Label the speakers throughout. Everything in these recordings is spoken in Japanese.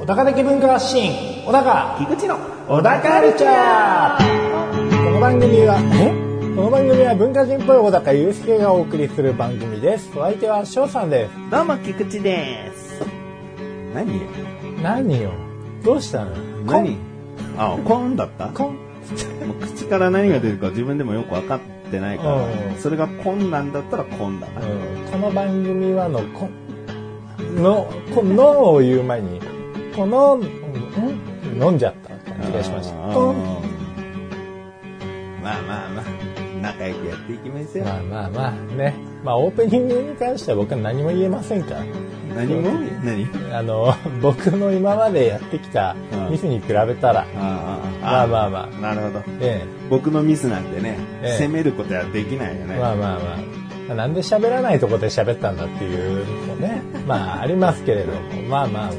Speaker 1: 小高的文化発信小高
Speaker 2: 菊池の
Speaker 1: 小高カルチャーこの番組はこの番組は文化人っぽい小高祐介がお送りする番組ですお相手は翔さんで
Speaker 2: どうも菊池です何よ
Speaker 1: す何よどうしたの
Speaker 2: 何あコーンだった
Speaker 1: コン
Speaker 2: もう口から何が出るか自分でもよく分かってないか
Speaker 1: うん
Speaker 2: らそれがコンなんだったらコンだな
Speaker 1: コン、うん、この番組はのコンのこのを言う前にこのん飲んじゃった感じがしました
Speaker 2: あー
Speaker 1: コン
Speaker 2: まあまあまあ仲良くやっていきましょう、
Speaker 1: まあまあまあねまあオープニングに関しては僕は何も言えませんから
Speaker 2: 何も何
Speaker 1: あの 僕の今までやってきた店に比べたら、
Speaker 2: あー
Speaker 1: まあまあまあ
Speaker 2: なるほど
Speaker 1: え
Speaker 2: 僕のミスなんてね、
Speaker 1: ええ
Speaker 2: 責めることはできないよ
Speaker 1: え
Speaker 2: ね、
Speaker 1: まあまあまあなんで喋らないとこで喋ったんだっていうのも ねまあありますけれどもまあまあ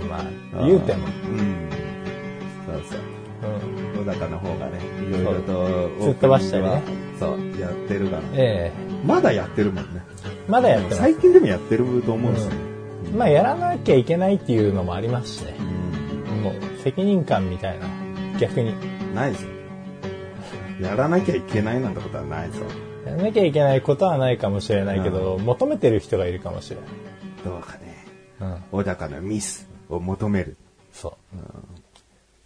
Speaker 1: まあ言うても、
Speaker 2: うんそうそう
Speaker 1: うん、
Speaker 2: 小高の方がねいろいろと
Speaker 1: そう突っ飛ばしたりね
Speaker 2: オープニングはそうやってるから、
Speaker 1: え
Speaker 2: まだやってるもんね
Speaker 1: えまだやってます
Speaker 2: 最近でもやってると思うんですよ、
Speaker 1: まあやらなきゃいけないっていうのもありますしね
Speaker 2: うん
Speaker 1: もう責任感みたいな逆に
Speaker 2: ないですよやらなきゃいけないなんてことはないぞ
Speaker 1: やらなきゃいけないことはないかもしれないけど、求めてる人がいるかもしれ
Speaker 2: どうかね
Speaker 1: ない、うん、
Speaker 2: 小高のミスを求める
Speaker 1: そう。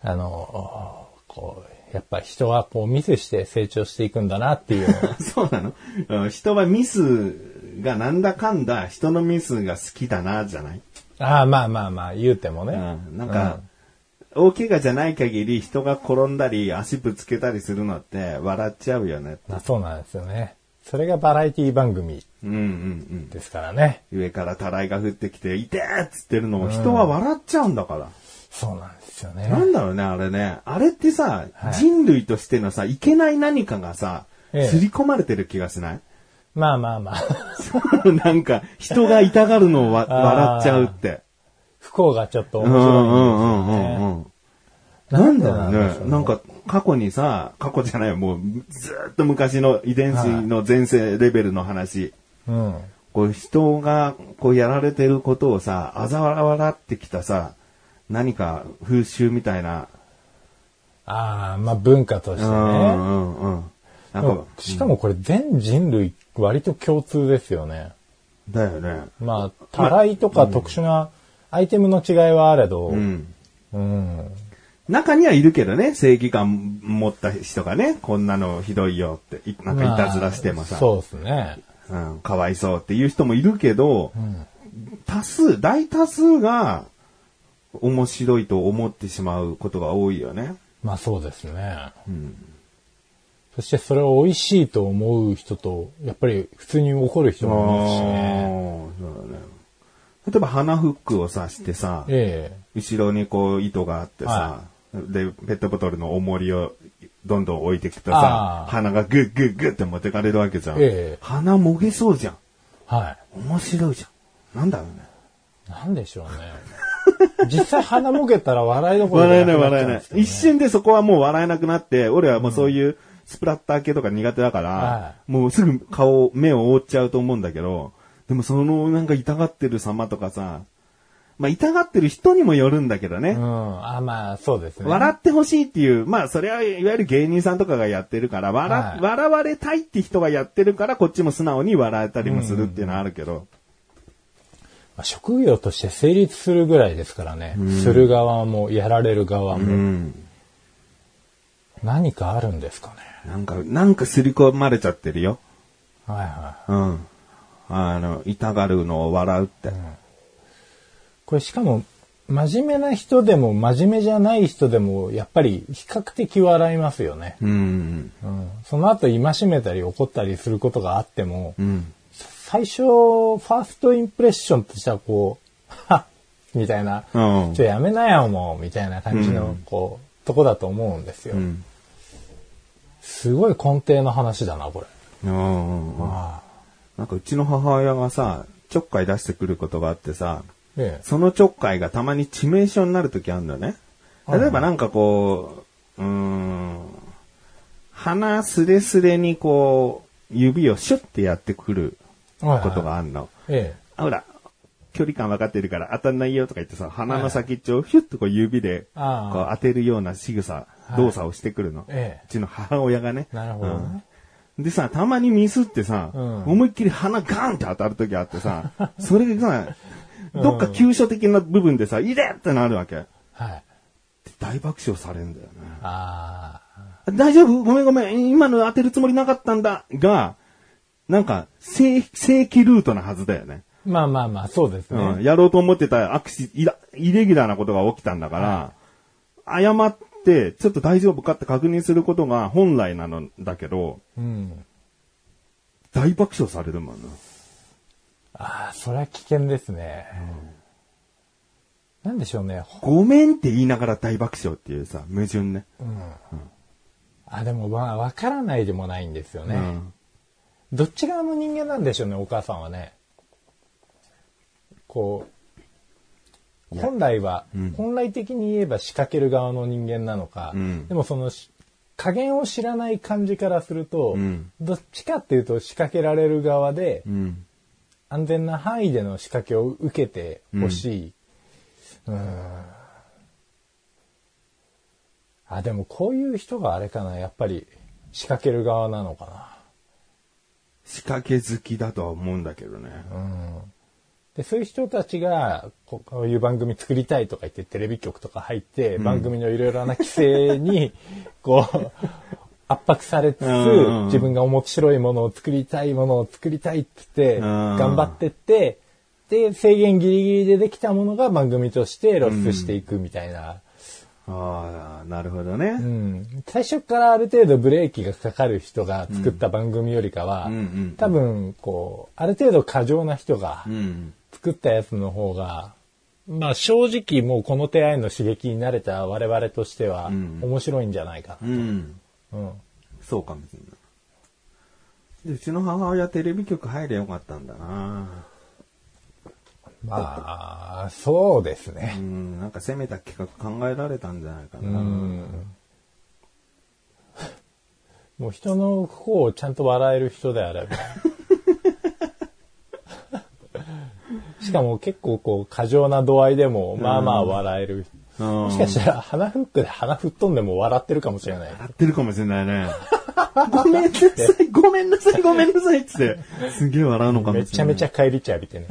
Speaker 1: あの、こう、やっぱ人はこうミスして成長していくんだなっていうの が
Speaker 2: そうなのうん人はミスがなんだかんだ人のミスが好きだなじゃない
Speaker 1: ああ、まあまあまあ、言うてもね。
Speaker 2: うんなんか、大怪我じゃない限り人が転んだり足ぶつけたりするのって笑っちゃうよね。
Speaker 1: あそうなんですよね。それがバラエティ番組
Speaker 2: うんうんうん。
Speaker 1: ですからね。
Speaker 2: 上からたらいが降ってきて、いてーっつってるのも人は笑っちゃうんだから。
Speaker 1: そうなんですよね。
Speaker 2: なんだろうね、あれね。あれってさ、
Speaker 1: はい
Speaker 2: 人類としてのさ、いけない何かがさ、
Speaker 1: ええ
Speaker 2: 刷り込まれてる気がしない
Speaker 1: まあまあま あ、
Speaker 2: なんか、人が痛がるのをわ笑っちゃうって。
Speaker 1: 不幸がちょっと
Speaker 2: う
Speaker 1: 面
Speaker 2: んうん
Speaker 1: 白
Speaker 2: うんうんうん。
Speaker 1: い。
Speaker 2: なんだ
Speaker 1: で
Speaker 2: ろう
Speaker 1: しょ
Speaker 2: ね。なんか、過去にさ、過去じゃないよ、もう、ずーっと昔の遺伝子の前世レベルの話。
Speaker 1: うん。
Speaker 2: こう、人が、こう、やられてることをさ、あざ笑ってきたさ、何か風習みたいな。
Speaker 1: ああ、まあ文化とし
Speaker 2: う
Speaker 1: て
Speaker 2: ん
Speaker 1: ね。
Speaker 2: うんうん。なん
Speaker 1: で
Speaker 2: か
Speaker 1: も、しかもこれ全人類割と共通ですよね。
Speaker 2: だよね。
Speaker 1: まあ、たらいとか特殊なアイテムの違いはあれど、
Speaker 2: うん。
Speaker 1: うん。
Speaker 2: 中にはいるけどね、正義感持った人がね、こんなのひどいよって、いなんかいたずらしてもさ、
Speaker 1: まあそうですね。
Speaker 2: うん、かわいそうっていう人もいるけど、多数、大多数が面白いと思ってしまうことが多いよね。
Speaker 1: まあそうですね。
Speaker 2: うん。
Speaker 1: そしてそれを美味しいと思う人と、やっぱり普通に怒る人もいますしね。
Speaker 2: あーそうだね。例えば鼻フックをさしてさ、
Speaker 1: え
Speaker 2: 後ろにこう糸があって
Speaker 1: は
Speaker 2: さ、で、ペットボトルの重りをどんどん置いてきて
Speaker 1: あ
Speaker 2: さ、
Speaker 1: ー
Speaker 2: 鼻がグッグッグッって持ってかれるわけじゃん。
Speaker 1: ええ
Speaker 2: 鼻もげそうじゃん。
Speaker 1: えは
Speaker 2: 面白いじゃん。なんだろうね。
Speaker 1: い。なんでしょうね。実際鼻もげたら笑いどころ
Speaker 2: 笑え
Speaker 1: じ
Speaker 2: な
Speaker 1: ゃ
Speaker 2: い
Speaker 1: くっ
Speaker 2: 笑
Speaker 1: ち
Speaker 2: え
Speaker 1: ゃうん
Speaker 2: ない
Speaker 1: です。けどね
Speaker 2: 一瞬でそこはもう笑えなくなって、俺はもうそういうスプラッター系とか苦手だから、
Speaker 1: は
Speaker 2: もうすぐ顔、目を覆っちゃうと思うんだけど、でもそのなんか痛がってる様とかさ、まあ痛がってる人にもよるんだけどね。
Speaker 1: うん。あ、まあそうですね。
Speaker 2: 笑ってほしいっていう、まあそれはいわゆる芸人さんとかがやってるから、笑、
Speaker 1: はい
Speaker 2: 笑われたいって人がやってるから、こっちも素直に笑えたりもするっていうのはあるけど、
Speaker 1: まあ職業として成立するぐらいですからね。する側も、やられる側
Speaker 2: う
Speaker 1: も。
Speaker 2: ん
Speaker 1: 何かあるんですかね。
Speaker 2: なんか、なんかすり込まれちゃってるよ。
Speaker 1: はいはい。
Speaker 2: うん。あの、痛がるのを笑うって。
Speaker 1: これしかも、真面目な人でも、真面目じゃない人でも、やっぱり比較的笑いますよね。
Speaker 2: うん。
Speaker 1: うんその後戒めたり怒ったりすることがあっても、
Speaker 2: うん。
Speaker 1: 最初、ファーストインプレッションとしてはこう、 はっみたいな、
Speaker 2: う
Speaker 1: ち
Speaker 2: ん
Speaker 1: ょ、やめなよもう、みたいな感じ
Speaker 2: う
Speaker 1: の
Speaker 2: ん、
Speaker 1: こう、とこだと思うんですよ。
Speaker 2: うん。
Speaker 1: すごい根底の話だな、これ。
Speaker 2: うん。
Speaker 1: あ
Speaker 2: なんかうちの母親がさ、ちょっかい出してくることがあってさ、
Speaker 1: あええ。
Speaker 2: そのちょっかいがたまに致命傷になるときあるんだよね。例えばなんかこう、うーん、鼻すれすれにこう、指をシュッてやってくる
Speaker 1: はい
Speaker 2: ことがあんの。
Speaker 1: え
Speaker 2: あ、ほら、距離感分かってるから当たんないよとか言ってさ、鼻の先っちょをヒュッとこう指でこ
Speaker 1: ああ
Speaker 2: う当てるような仕草、
Speaker 1: い
Speaker 2: 動作をしてくるの。
Speaker 1: ええ
Speaker 2: うちの母親がね。
Speaker 1: なるほどね
Speaker 2: うんでさ、たまにミスってさ、
Speaker 1: うん
Speaker 2: 思いっきり鼻ガンって当たる時あって さ、それがさ、どっか急所的な部分でさ、いれってなるわけ。で
Speaker 1: えはい。
Speaker 2: 大爆笑されるんだよね。
Speaker 1: あ
Speaker 2: 大丈夫ごめんごめん。今の当てるつもりなかったんだ。が、なんか、正、正規ルートなはずだよね。
Speaker 1: ーまあまあまあ、そうですね。
Speaker 2: うん。やろうと思ってたアクシ、イライレギュラーなことが起きたんだから、謝って、ちょっと大丈夫かって確認することが本来なのだけど、
Speaker 1: うん。
Speaker 2: 大爆笑されるもんな。
Speaker 1: ああ、それは危険ですね。なんでしょうね。ほ
Speaker 2: ごめんって言いながら大爆笑っていうさ、矛盾ね。
Speaker 1: あ、でもまあ、わからないでもないんですよね。
Speaker 2: うん
Speaker 1: どっち側の人間なんでしょうね、お母さんはね。こう、本来は、本来的に言えば仕掛ける側の人間なのか、
Speaker 2: うん
Speaker 1: でもそのし加減を知らない感じからすると、
Speaker 2: うん
Speaker 1: どっちかっていうと仕掛けられる側で、
Speaker 2: うん。
Speaker 1: 安全な範囲での仕掛けを受けてほしい。うーんあ、でもこういう人があれかな、やっぱり仕掛ける側なのかな。
Speaker 2: 仕掛け好きだとは思うんだけどね。
Speaker 1: で、そういう人たちが、ここういう番組作りたいとか言って、テレビ局とか入って、番組のいろいろな規制に、 こう、圧迫されつつ
Speaker 2: うんうんうん、
Speaker 1: 自分が面白いものを作りたいものを作りたいって言って、
Speaker 2: うん
Speaker 1: 頑張ってって、で、制限ギリギリでできたものが番組として露出していくみたいな。
Speaker 2: ああ、なるほどね。
Speaker 1: うん最初からある程度ブレーキがかかる人が作った番組よりかは、
Speaker 2: うんうんうん
Speaker 1: 多分、こう、ある程度過剰な人が、
Speaker 2: うん。
Speaker 1: 作ったやつの方が、まあ正直もうこの手合いの刺激に慣れた我々としては
Speaker 2: ん
Speaker 1: 面白いんじゃないか
Speaker 2: う
Speaker 1: な。
Speaker 2: ん。
Speaker 1: うん。
Speaker 2: そうかもしれない。うちの母親テレビ局入れよかったんだな
Speaker 1: まあ、そうです
Speaker 2: う
Speaker 1: ね。
Speaker 2: ん、なんか攻めた企画考えられたんじゃないかな。
Speaker 1: うん。もう人の不幸をちゃんと笑える人であ れば。しかも結構こう過剰な度合いでもまあまあ笑える。
Speaker 2: うん
Speaker 1: もしかしたら鼻フックで鼻吹っ飛んでも笑ってるかもしれない。
Speaker 2: やってるかもしれないね。ごめんなさい、ごめんなさい、ごめんなさいっつって。すげえ笑うのかもしれな
Speaker 1: め
Speaker 2: い。
Speaker 1: ちゃめち
Speaker 2: ゃ。
Speaker 1: ゃ帰り茶浴びてね。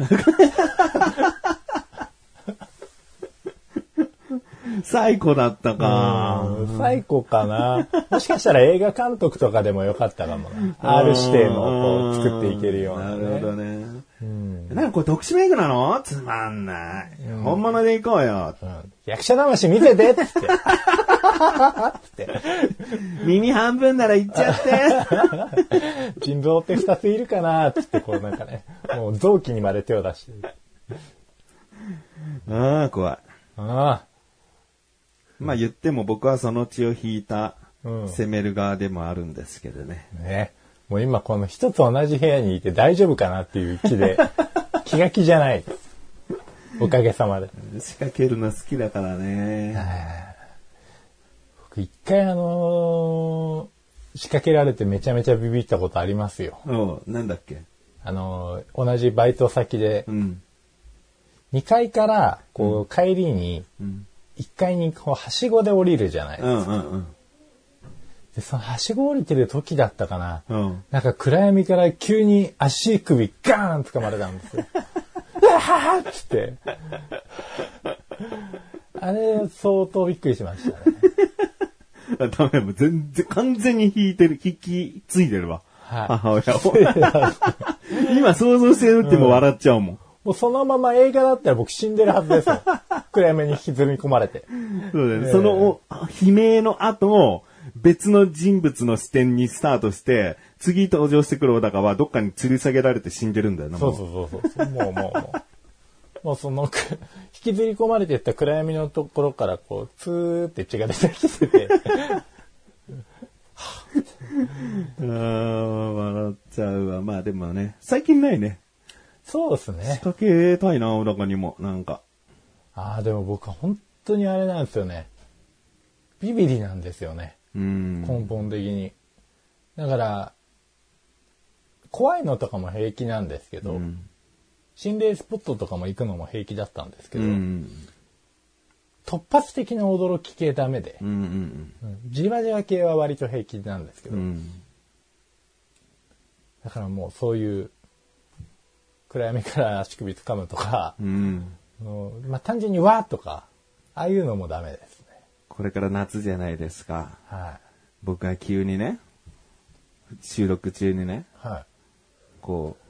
Speaker 2: 最高だったか。
Speaker 1: 最高かな。もしかしたら映画監督とかでもよかったかもな。R 指定のこう作っていけるような、
Speaker 2: なるほど
Speaker 1: ね。
Speaker 2: ね。なんかこれ特殊メイクなのつまんない。本物でいこうよ。
Speaker 1: うん役者魂見せてっつって。
Speaker 2: 耳半分ならいっち ゃって。
Speaker 1: 腎臓って二ついるかなっつってこうなんかね、もう臓器にまで手を出してる。
Speaker 2: ああ、怖い。
Speaker 1: あ
Speaker 2: まあ言っても僕はその血を引いた
Speaker 1: うん
Speaker 2: 攻める側でもあるんですけどね。
Speaker 1: あ、ね。もう今この一つ同じ部屋にいて大丈夫かなっていう気 で、気が気じゃない。おかげさまで。
Speaker 2: 仕掛けるの好きだからね。
Speaker 1: 僕一回あのー仕掛けられてめちゃめちゃビビったことありますよ。
Speaker 2: おうなんだっけ
Speaker 1: あの、同じバイト先で
Speaker 2: う、ん。
Speaker 1: 2階から、こう、帰りに、
Speaker 2: うん。
Speaker 1: 1階に、こう、はしごで降りるじゃない。
Speaker 2: うんうん
Speaker 1: で、そのはしご降りてる時だったかな。
Speaker 2: うん。うん。
Speaker 1: なんか暗闇から急に足首ガーン掴まれたんです よ。うわーっつって。あれ、相当びっくりしましたね。
Speaker 2: あダメ、もう全然、完全に引いてる、引き継いでるわ。
Speaker 1: はい
Speaker 2: 母親を。 今想像してるっても笑っちゃうもん。
Speaker 1: もうそのまま映画だったら僕死んでるはずですよ。暗闇に引きずり込まれて。
Speaker 2: そうだよね。そのお、悲鳴の後、別の人物の視点にスタートして、次登場してくる小高はどっかに吊り下げられて死んでるんだよな。も
Speaker 1: そうそうそうそう。もうもうもう。もうその く、引きずり込まれてった暗闇のところからこう、ツーって血が出てきてて、
Speaker 2: あー笑っちゃうわ。まあでもね、最近ないね。
Speaker 1: そうです
Speaker 2: 仕
Speaker 1: ね。
Speaker 2: 掛けたいな、小高にも、なんか。
Speaker 1: ああ、でも僕は本当にあれなんですよね。ビビリなんですよね。
Speaker 2: うん。
Speaker 1: 根本的に。だから、怖いのとかも平気なんですけど、
Speaker 2: うん
Speaker 1: 心霊スポットとかも行くのも平気だったんですけ
Speaker 2: う
Speaker 1: ど、
Speaker 2: ん
Speaker 1: 突発的な驚き系ダメで
Speaker 2: うんう、
Speaker 1: う
Speaker 2: ん
Speaker 1: んじわじわ系は割と平気なんですけ
Speaker 2: う
Speaker 1: ど、
Speaker 2: ん
Speaker 1: だからもうそういう、暗闇から足首掴むとか、
Speaker 2: うん
Speaker 1: あのまあ、単純にわーとか、ああいうのもダメですね。
Speaker 2: これから夏じゃないですか。
Speaker 1: は
Speaker 2: 僕は急にね、収録中にね、
Speaker 1: い。はい。
Speaker 2: こう、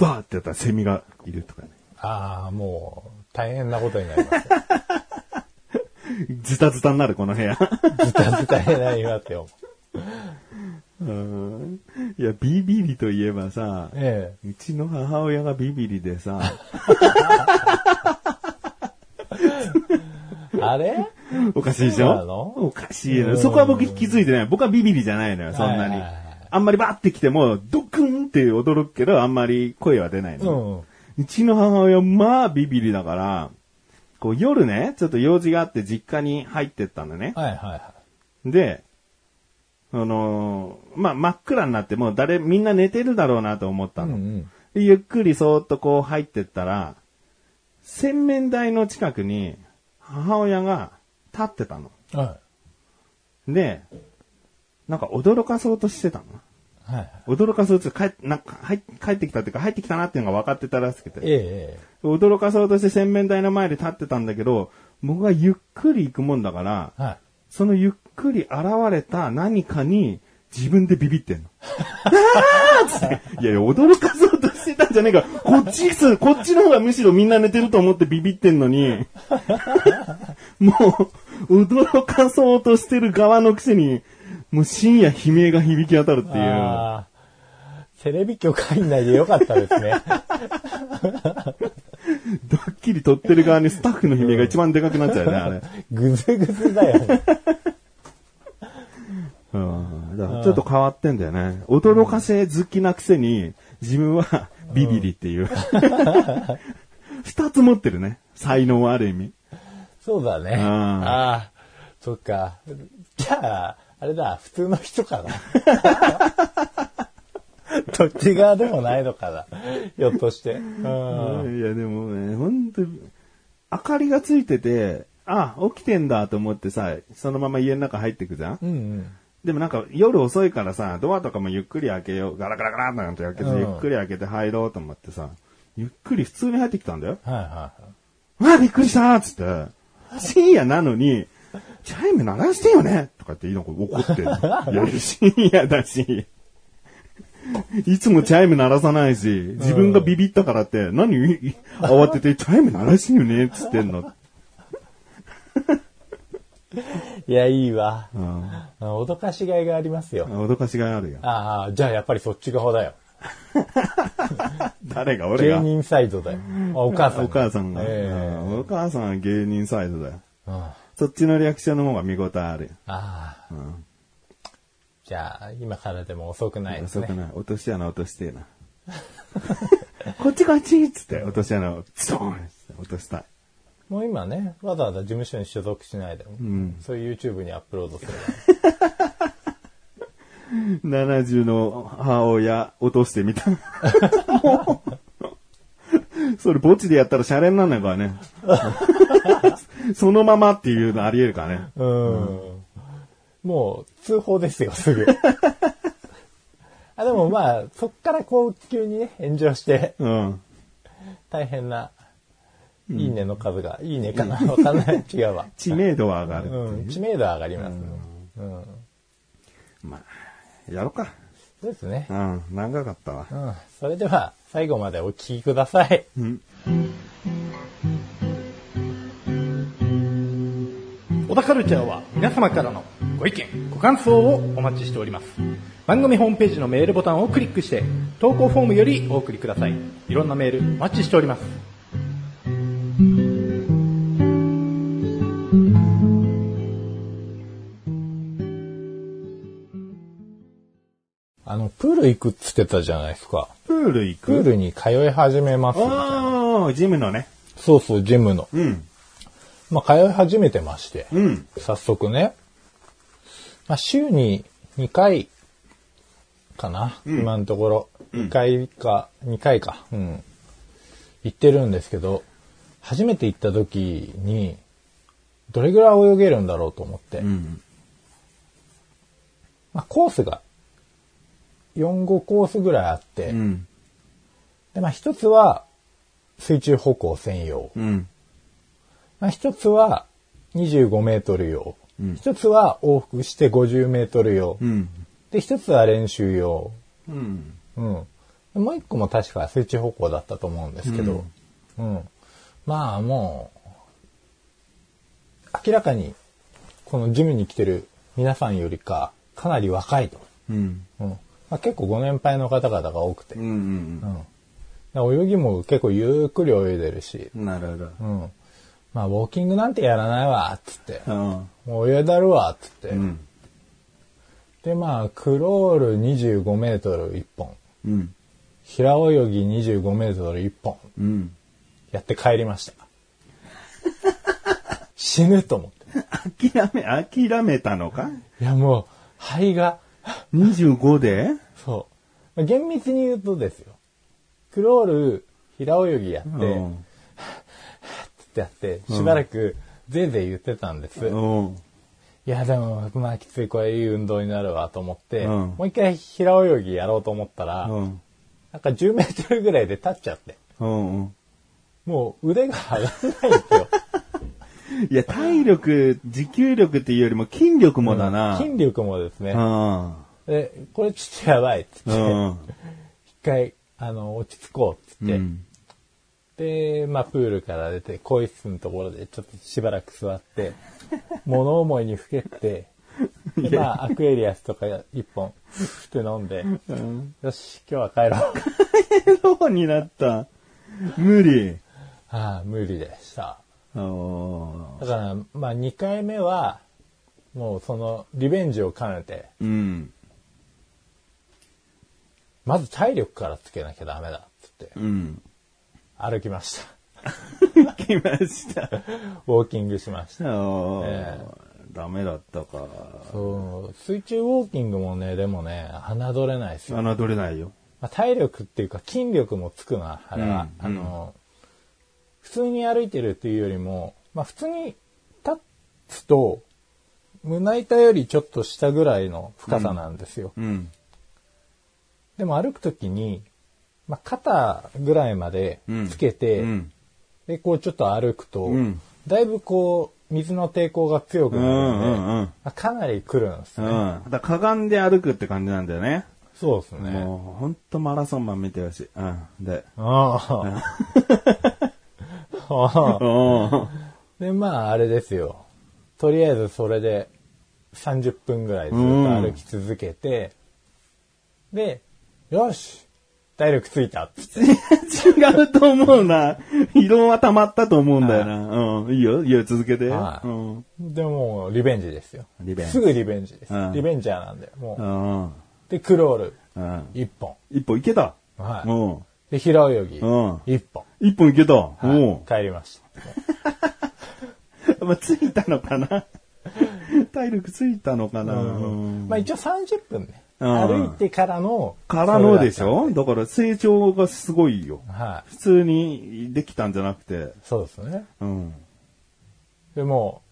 Speaker 2: バーってやったらセミがいるとかね。
Speaker 1: ああ、もう、大変なことになりますよ。
Speaker 2: ズタズタになる、この部屋。
Speaker 1: ずたずたになりますよ。
Speaker 2: うんいや、ビビリといえばさ、
Speaker 1: え
Speaker 2: うちの母親がビビリでさ、
Speaker 1: えあれ
Speaker 2: おかしいでし
Speaker 1: そうな
Speaker 2: ょ
Speaker 1: の
Speaker 2: おかしいよね。そこは僕気づいてない。僕はビビリじゃないのよ、そんな
Speaker 1: はい
Speaker 2: に
Speaker 1: はいはい。
Speaker 2: あんまりバーって来ても、ドクンって驚くけど、あんまり声は出ないの。
Speaker 1: うん。
Speaker 2: うちの母親、まあビビリだから、こう夜ね、ちょっと用事があって実家に入ってったのね。
Speaker 1: はいはいは
Speaker 2: で、あのーまあ真っ暗になってもう誰、みんな寝てるだろうなと思った
Speaker 1: い。うん
Speaker 2: の。
Speaker 1: うん。
Speaker 2: でゆっくりそーっとこう入ってったら、洗面台の近くに母親が立ってたの。
Speaker 1: は
Speaker 2: で、なんか驚かそうとしてたの。
Speaker 1: い。はい。
Speaker 2: 驚かそうとして、帰なんか入っ帰ってきたっていうか、入ってきたなっていうのが分かってたらしくて。
Speaker 1: ええ
Speaker 2: 驚かそうとして洗面台の前で立ってたんだけど、僕がゆっくり行くもんだから、
Speaker 1: ええ。はい。
Speaker 2: そのゆっくり現れた何かに自分でビビってんの。あーっつっていやいや、驚かそうとしてたんじゃねえか。こっち、そうこっちの方がむしろみんな寝てると思ってビビってんのに、もう、驚かそうとしてる側のくせに、もう深夜悲鳴が響き当たるっていう。
Speaker 1: ああ。テレビ局入んないでよかったですね。
Speaker 2: ドッキリ撮ってる側にスタッフの悲鳴が一番でかくなっちゃうよね、あ れ。
Speaker 1: ぐずぐずだよね。
Speaker 2: うんだからちょっと変わってんだよね。驚かせ好きなくせに、自分はビビリっていう。二つ持ってるね。才能はある意味。
Speaker 1: そうだね。
Speaker 2: ん
Speaker 1: ああ。そっか。じゃあ、あれだ、普通の人かな。どっち側でもないのかな。ひょっとして。うん。
Speaker 2: いや、でもね、本当に明かりがついてて、あ、起きてんだと思ってさ、そのまま家の中入ってくじゃん
Speaker 1: うんうん。
Speaker 2: でもなんか夜遅いからさ、ドアとかもゆっくり開けよう。ガラガラガラなんて開けて、
Speaker 1: うん
Speaker 2: ゆっくり開けて入ろうと思ってさ、ゆっくり普通に入ってきたんだよ。
Speaker 1: はいはい。
Speaker 2: わあ、びっくりしたっつって、深夜なのに、チャイム鳴らしてよねとかって、なんか怒ってんの。い や、深夜だし、いつもチャイム鳴らさないし、自分がビビったからって、何慌ててチャイム鳴らしてよねっつってんの。
Speaker 1: いや、いいわ。
Speaker 2: うん
Speaker 1: あ脅かしがいがありますよ。
Speaker 2: 脅かしがいあるよ。
Speaker 1: ああ、じゃあやっぱりそっち側だよ。
Speaker 2: 誰が俺
Speaker 1: 芸
Speaker 2: が。
Speaker 1: 人サイドだよ。あお母さん。
Speaker 2: お母さんが、
Speaker 1: ええ
Speaker 2: うんお母さんは芸人サイドだよ。
Speaker 1: うんあ
Speaker 2: そっちのリアクションの方が見応えあるよ。
Speaker 1: あ、じゃあ、今からでも遅くないです
Speaker 2: 遅
Speaker 1: ね。
Speaker 2: くない。落とし穴落としてえな。 こっちこっちっつって、落とし穴をストーンっつって落としたい。
Speaker 1: もう今ね、わざわざ事務所に所属しないでも、そういう YouTube にアップロードする。
Speaker 2: 70の母親落としてみた。 それ墓地でやったらシャレになんないからね。 そのままっていうのあり得るからね。
Speaker 1: うん。もう、通報ですよ、 すぐ。あでもまあ、そっからこう、急にね、炎上して、
Speaker 2: うん。
Speaker 1: 大変な、いいねの数が、いいねかなわかん ない。違うわ。
Speaker 2: 知名度は上がるっていう。
Speaker 1: うん、知名度は上がりますね。うん。
Speaker 2: まあ、やろうか。
Speaker 1: そうですね
Speaker 2: う。ん、長かったわ。
Speaker 1: うん。それでは、最後までお聞きください。
Speaker 2: うん。
Speaker 3: 小田カルチャーは皆様からのご意見、ご感想をお待ちしております。番組ホームページのメールボタンをクリックして、投稿フォームよりお送りください。いろんなメールお待ちしております。
Speaker 1: あの、プール行くっつってたじゃないですか。
Speaker 2: プール行く
Speaker 1: プールに通い始めますみたいな。
Speaker 2: ああ、ジムのね。
Speaker 1: そうそう、ジムの。
Speaker 2: うん。
Speaker 1: まあ、通い始めてまして。
Speaker 2: うん。
Speaker 1: 早速ね。まあ、週に2回かな、今のところ。1回か、2回か、うん。行ってるんですけど、初めて行った時に、どれぐらい泳げるんだろうと思って。
Speaker 2: うん。
Speaker 1: まあ、コースが、4、5コースぐらいあって、
Speaker 2: うん。
Speaker 1: で、まあ、一つは、水中歩行専用。
Speaker 2: うん。
Speaker 1: まあ、一つは、25メートル用。
Speaker 2: うん
Speaker 1: 一つは、往復して50メートル用。
Speaker 2: うん。
Speaker 1: で、一つは練習用。
Speaker 2: うん。
Speaker 1: うん。もう一個も確か水中歩行だったと思うんですけど、うん。まあもう、明らかに、このジムに来てる皆さんよりか、かなり若いと。
Speaker 2: うん。
Speaker 1: うん。まあ、結構ご年配の方々が多くて、
Speaker 2: う
Speaker 1: うん。
Speaker 2: ん。
Speaker 1: 泳ぎも結構ゆっくり泳いでるし、
Speaker 2: なるほど。
Speaker 1: うん。まあ、ウォーキングなんてやらないわ、つって。
Speaker 2: うん。
Speaker 1: もう泳いだるわ、つって。
Speaker 2: うん。
Speaker 1: で、まあ、クロール25メートル1本、
Speaker 2: うん。
Speaker 1: 平泳ぎ25メートル1本、
Speaker 2: うん。
Speaker 1: やって帰りま した。死ぬと思って。
Speaker 2: 諦め、諦めたのか
Speaker 1: いやもう、肺が、
Speaker 2: ?25 で
Speaker 1: そう。まあ厳密に言うとですよ。クロール、平泳ぎやって、
Speaker 2: うん。
Speaker 1: つってやって、しばらく、ぜいぜい言ってたんです。い
Speaker 2: うん。
Speaker 1: や、でも、まあ、きつい、これいい運動になるわ、と思って、
Speaker 2: うん
Speaker 1: もう一回平泳ぎやろうと思ったら、
Speaker 2: うん。
Speaker 1: なんか10メートルぐらいで立っちゃって、
Speaker 2: うん。
Speaker 1: もう腕が上がらないんですよ。
Speaker 2: いや、体力、持久力っていうよりも筋力もだな。
Speaker 1: 筋力もですね、
Speaker 2: うん。
Speaker 1: でこれちょっとやばい、つって、
Speaker 2: うん。
Speaker 1: 一回、あの、落ち着こう、つって、
Speaker 2: うん
Speaker 1: で、まあ、プールから出て、更衣室のところで、ちょっとしばらく座 って、物思いにふけって、で、まあ、アクエリアスとか一本、ふって飲んで、
Speaker 2: うん。
Speaker 1: よし、今日は帰ろう。
Speaker 2: ヘローになった。無理。
Speaker 1: ああ、無理でした。
Speaker 2: う
Speaker 1: だから、まあ、2回目は、もうその、リベンジを兼ねて、
Speaker 2: ん。
Speaker 1: まず体力からつけなきゃダメだ、つって
Speaker 2: う、ん。
Speaker 1: 歩きました。
Speaker 2: 来ました。
Speaker 1: ウォーキングしました。え
Speaker 2: ダメだったか。
Speaker 1: そう、水中ウォーキングもね、でもね、侮れないですよ。
Speaker 2: 侮れないよ。
Speaker 1: まあ、体力っていうか筋力もつくな、あれは。
Speaker 2: うん
Speaker 1: あの、普通に歩いてるっていうよりも、まあ普通に立つと、胸板よりちょっと下ぐらいの深さなんですよ。
Speaker 2: うん。
Speaker 1: でも歩くときに、まあ肩ぐらいまでつけて、
Speaker 2: うん。
Speaker 1: で、こうちょっと歩くと、
Speaker 2: うん
Speaker 1: だいぶこう、水の抵抗が強くなるので、
Speaker 2: うんうんうん
Speaker 1: まあかなり来るんです
Speaker 2: う
Speaker 1: ね。
Speaker 2: ん。だかがんで歩くって感じなんだよね。
Speaker 1: そうですね。
Speaker 2: もう、ほんとマラソンマン見てほしい。うん。で。
Speaker 1: ああ。 ああ
Speaker 2: う
Speaker 1: で、まあ、あれですよ。とりあえずそれで30分ぐらいずっと歩き続けて、で、よし体力ついたっつって。
Speaker 2: ん。違うと思うな。疲労は溜まったと思うんだよな。うん。いいよ、いいよ、続けて。
Speaker 1: はい
Speaker 2: うん。
Speaker 1: でも、リベンジですよ。
Speaker 2: リベンジ
Speaker 1: すぐリベンジです。
Speaker 2: うん
Speaker 1: リベンジャーなんで、も
Speaker 2: う
Speaker 1: う。
Speaker 2: ん。
Speaker 1: で、クロール、
Speaker 2: うん。
Speaker 1: 1本。
Speaker 2: 一歩いけた。
Speaker 1: は
Speaker 2: う
Speaker 1: い。
Speaker 2: ん。
Speaker 1: で、平泳ぎ、
Speaker 2: うん
Speaker 1: 1本。
Speaker 2: 一本いけた。うん
Speaker 1: はい。帰りました。
Speaker 2: まあ、ついたのか な体力ついたのかな、うん
Speaker 1: まあ、一応30分ね。
Speaker 2: うん
Speaker 1: 歩いてからの。
Speaker 2: からのでし
Speaker 1: そ
Speaker 2: ょ
Speaker 1: れだ
Speaker 2: だから成長がすごいよ
Speaker 1: った。んではい。
Speaker 2: 普通にできたんじゃなくて。
Speaker 1: そうですね。
Speaker 2: うん。
Speaker 1: でも、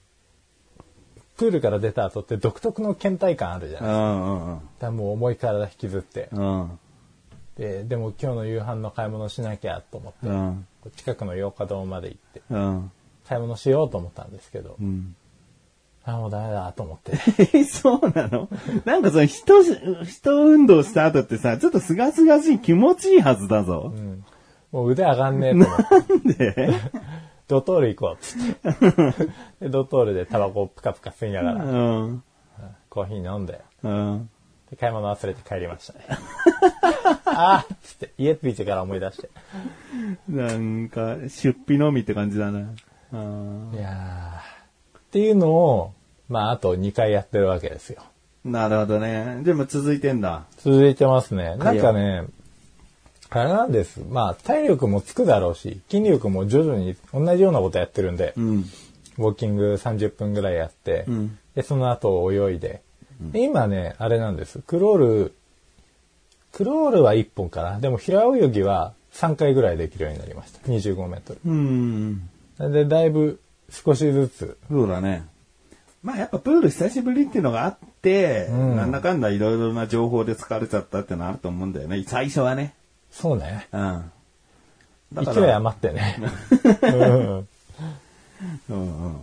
Speaker 1: プールから出た後って独特の倦怠感あるじゃ
Speaker 2: う
Speaker 1: ない
Speaker 2: んうん
Speaker 1: だからもう重い体引きずって。
Speaker 2: うん。
Speaker 1: で、でも今日の夕飯の買い物しなきゃと思って、
Speaker 2: うん。
Speaker 1: こう近くの洋華堂まで行って、
Speaker 2: うん。
Speaker 1: 買い物しようと思ったんですけど
Speaker 2: う、ん。
Speaker 1: あ、もうダメだと思って。
Speaker 2: え、そうなのなんかその人、人運動した後ってさ、ちょっとすがすがしい気持ちいいはずだぞ。
Speaker 1: うんもう腕上がんねえ と思って、
Speaker 2: で、
Speaker 1: ドトール行こうっつって。で、ドトールでタバコをプカプカ吸いなが
Speaker 2: う
Speaker 1: ら、
Speaker 2: ん。
Speaker 1: コーヒー飲んで、
Speaker 2: うん。
Speaker 1: で買い物忘れて帰りましたね。 あーっつって、家着いてから思い出して。
Speaker 2: なんか、出費のみって感じだな。うん
Speaker 1: いやーっていうのを、まあ、あと2回やってるわけですよ。
Speaker 2: なるほどね。でも続いてんだ。
Speaker 1: 続いてますね。なんかね、あれなんです。まあ、体力もつくだろうし、筋力も徐々に同じようなことやってるんで、
Speaker 2: うん。
Speaker 1: ウォーキング30分ぐらいやって、
Speaker 2: うん
Speaker 1: で、その後泳いで。で今ね、あれなんです。クロールクロールは1本かな。でも平泳ぎは3回ぐらいできるようになりました。25メートル。
Speaker 2: うん。
Speaker 1: で、だいぶ少しずつ。
Speaker 2: そうだね。まあやっぱプール久しぶりっていうのがあって、
Speaker 1: ん
Speaker 2: なんだかんだいろいろな情報で疲れちゃったってのはあると思うんだよね。最初はね。
Speaker 1: そうね。
Speaker 2: うん。だか
Speaker 1: 勢い
Speaker 2: ら、
Speaker 1: 余って ね。うん
Speaker 2: うんうん。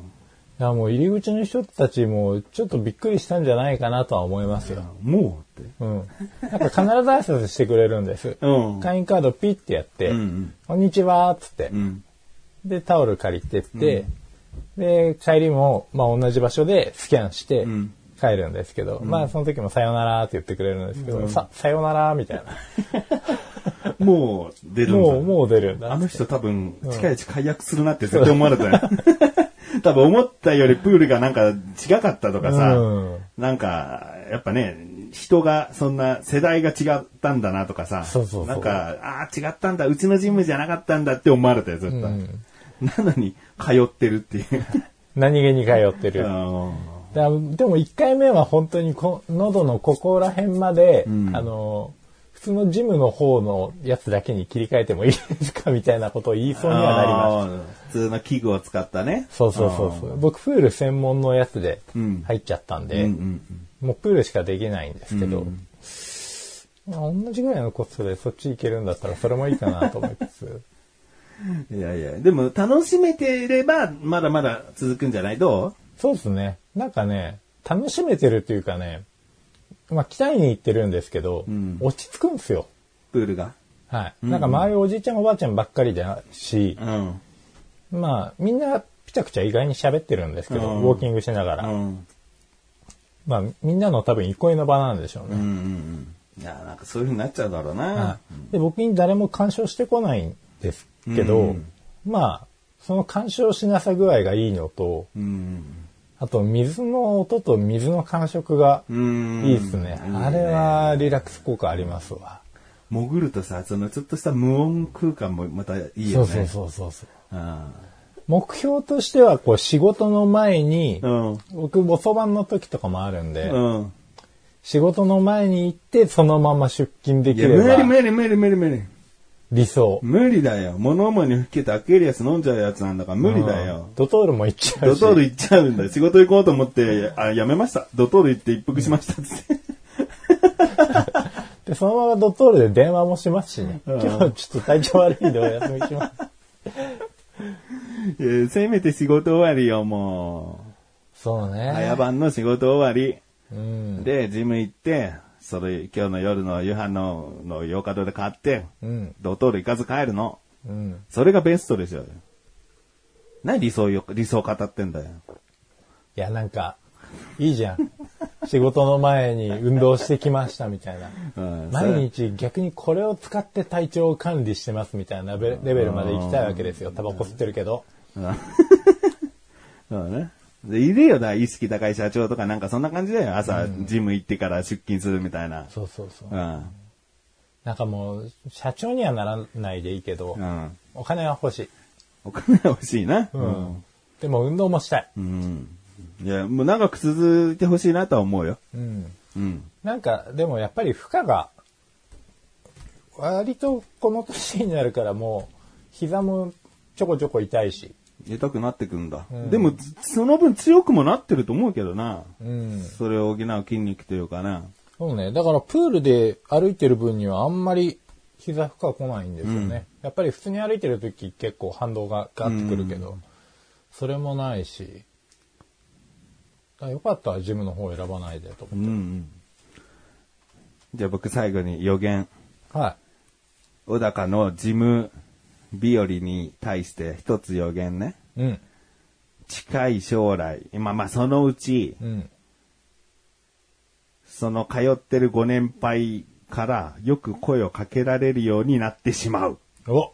Speaker 1: いやもう入り口の人たちもちょっとびっくりしたんじゃないかなとは思いますよ。
Speaker 2: もうって。
Speaker 1: うん。なんか必ず挨拶してくれるんです。
Speaker 2: うん
Speaker 1: 会員カードピッてやって、
Speaker 2: うんうん
Speaker 1: こんにちはっつって、
Speaker 2: うん。
Speaker 1: で、タオル借りてって、で、帰りも、まあ同じ場所でスキャンして
Speaker 2: ん
Speaker 1: 帰るんですけど、まあその時もさよならって言ってくれるんですけど、さ、さよならみたい
Speaker 2: もう出
Speaker 1: な。
Speaker 2: るんだ。
Speaker 1: もう、もう出るんだ
Speaker 2: あ。の人多分、近いうち解約するなって絶対思われ たよ。多分思ったよりプールがなんか違かったとかさ、
Speaker 1: うん
Speaker 2: なんか、やっぱね、人がそんな世代が違ったんだなとかさ、
Speaker 1: そうそうそう
Speaker 2: なんか、ああ、違ったんだ、うちのジムじゃなかったんだって思われたよ、絶対。
Speaker 1: うん
Speaker 2: なのに、通ってるっていう。
Speaker 1: 何気に通って
Speaker 2: う
Speaker 1: る。
Speaker 2: ん
Speaker 1: だでも1回目は本当にこ喉のここら辺まで、あの普通のジムの方のやつだけに切り替えてもいいですかみたいなことを言いそうにはなりまし
Speaker 2: あー普通の器具を使ったね。
Speaker 1: た。そうそうそうそう。僕プール専門のやつで入っちゃったんで、
Speaker 2: うんうん
Speaker 1: もうプールしかできないんですけど、まあ同じぐらいのコストでそっち行けるんだったらそれもいいかなと思いつつ。
Speaker 2: いやいや、でも楽しめていれば、まだまだ続くんじゃないど
Speaker 1: そうですね。なんかね、楽しめてるというかね、まあ、鍛えに行ってるんですけど、
Speaker 2: ん
Speaker 1: 落ち着くんですよ。
Speaker 2: うプールが。
Speaker 1: はい。なんか周りおじいちゃんおばあちゃんばっかりだし
Speaker 2: う、ん。
Speaker 1: まあみんなピチャクチャ意外に喋ってるんですけど、
Speaker 2: うん
Speaker 1: ウォーキングしながら。
Speaker 2: うん。
Speaker 1: まあみんなの多分憩いの場なんでしょう
Speaker 2: うんう
Speaker 1: ね。
Speaker 2: んうん。いや、なんかそういう風になっちゃうだろ
Speaker 1: は
Speaker 2: うな。
Speaker 1: いで、僕に誰も干渉してこないんですけど、
Speaker 2: うん
Speaker 1: まあその干渉しなさ具合がいいのと、
Speaker 2: うん。
Speaker 1: あと水の音と水の感触が
Speaker 2: うん。
Speaker 1: いいですね。あれはリラックス効果ありますわ。
Speaker 2: 潜るとさ、そのちょっとした無音空間もまたいいよ
Speaker 1: そう
Speaker 2: ね。
Speaker 1: そうそうそうそう。
Speaker 2: うん。
Speaker 1: 目標としてはこう仕事の前に、
Speaker 2: うん。
Speaker 1: 僕おそばの時とかもあるんで、
Speaker 2: うん。
Speaker 1: 仕事の前に行って、そのまま出勤で
Speaker 2: い
Speaker 1: き
Speaker 2: や、
Speaker 1: れ
Speaker 2: 無理
Speaker 1: ば
Speaker 2: 無理無理無理無理。
Speaker 1: 理想。
Speaker 2: 無理だよ。物思いに吹けてアクエリアス飲んじゃうやつなんだから無理だよ
Speaker 1: うん。ドトールも行っちゃう
Speaker 2: ド
Speaker 1: し。
Speaker 2: トール行っちゃうんだよ。仕事行こうと思って、あ、やめました。ドトール行って一服しましたっつって。
Speaker 1: で、そのままドトールで電話もしますしね。
Speaker 2: うん
Speaker 1: 今日ちょっと体調悪いんでお休みし ます。
Speaker 2: えーせめて仕事終わりよ、も
Speaker 1: そう
Speaker 2: う。
Speaker 1: ね。
Speaker 2: 早番の仕事終わり。
Speaker 1: うん。
Speaker 2: で、ジム行って、それ、今日の夜の夕飯の、の、ヨーカドーで買って、
Speaker 1: うん。
Speaker 2: ドトール行かず帰るの。
Speaker 1: うん。
Speaker 2: それがベストでしょうよ。何理想よ、理想語ってんだよ。
Speaker 1: いや、なんか、いいじ ゃん。仕事の前に運動してきましたみたいな。
Speaker 2: うん
Speaker 1: 毎日逆にこれを使って体調を管理してますみたいなレベレベルまで行きたいわけですよ。タバコ吸ってるけど。
Speaker 2: そうね。でいるよな、意識高い社長とかなんかそんな感じだよ。朝、ジム行ってから出勤するみたいな。
Speaker 1: そうそうそう
Speaker 2: う。ん。
Speaker 1: なんかもう、社長にはならないでいいけど、
Speaker 2: うん。
Speaker 1: お金は欲しい。
Speaker 2: お金は欲しいな。
Speaker 1: うん。でも運動もしたい。
Speaker 2: うん。いや、もう長く続いてほしいなとは思うよ。
Speaker 1: うん。
Speaker 2: うん。
Speaker 1: なんか、でもやっぱり負荷が、割とこの年になるからもう、膝もちょこちょこ痛いし。
Speaker 2: 痛くなってくんだ。でも、つその分強くもなってると思うけどな。
Speaker 1: うん。
Speaker 2: それを補う筋肉というかな。
Speaker 1: そうね。だからプールで歩いてる分にはあんまり膝負荷来ないんですよね。やっぱり普通に歩いてる時結構反動がガッてくるけど、それもないし。だからよかったらジムの方を選ばないでと
Speaker 2: う
Speaker 1: 思
Speaker 2: ん、うん。じゃあ僕最後に予言。
Speaker 1: う。はい。
Speaker 2: 小高のジム日和に対して一つ予言ね。
Speaker 1: うん。
Speaker 2: 近い将来、今まあそのうち、
Speaker 1: うん。
Speaker 2: その通ってるご年配からよく声をかけられるようになってしまう。
Speaker 1: お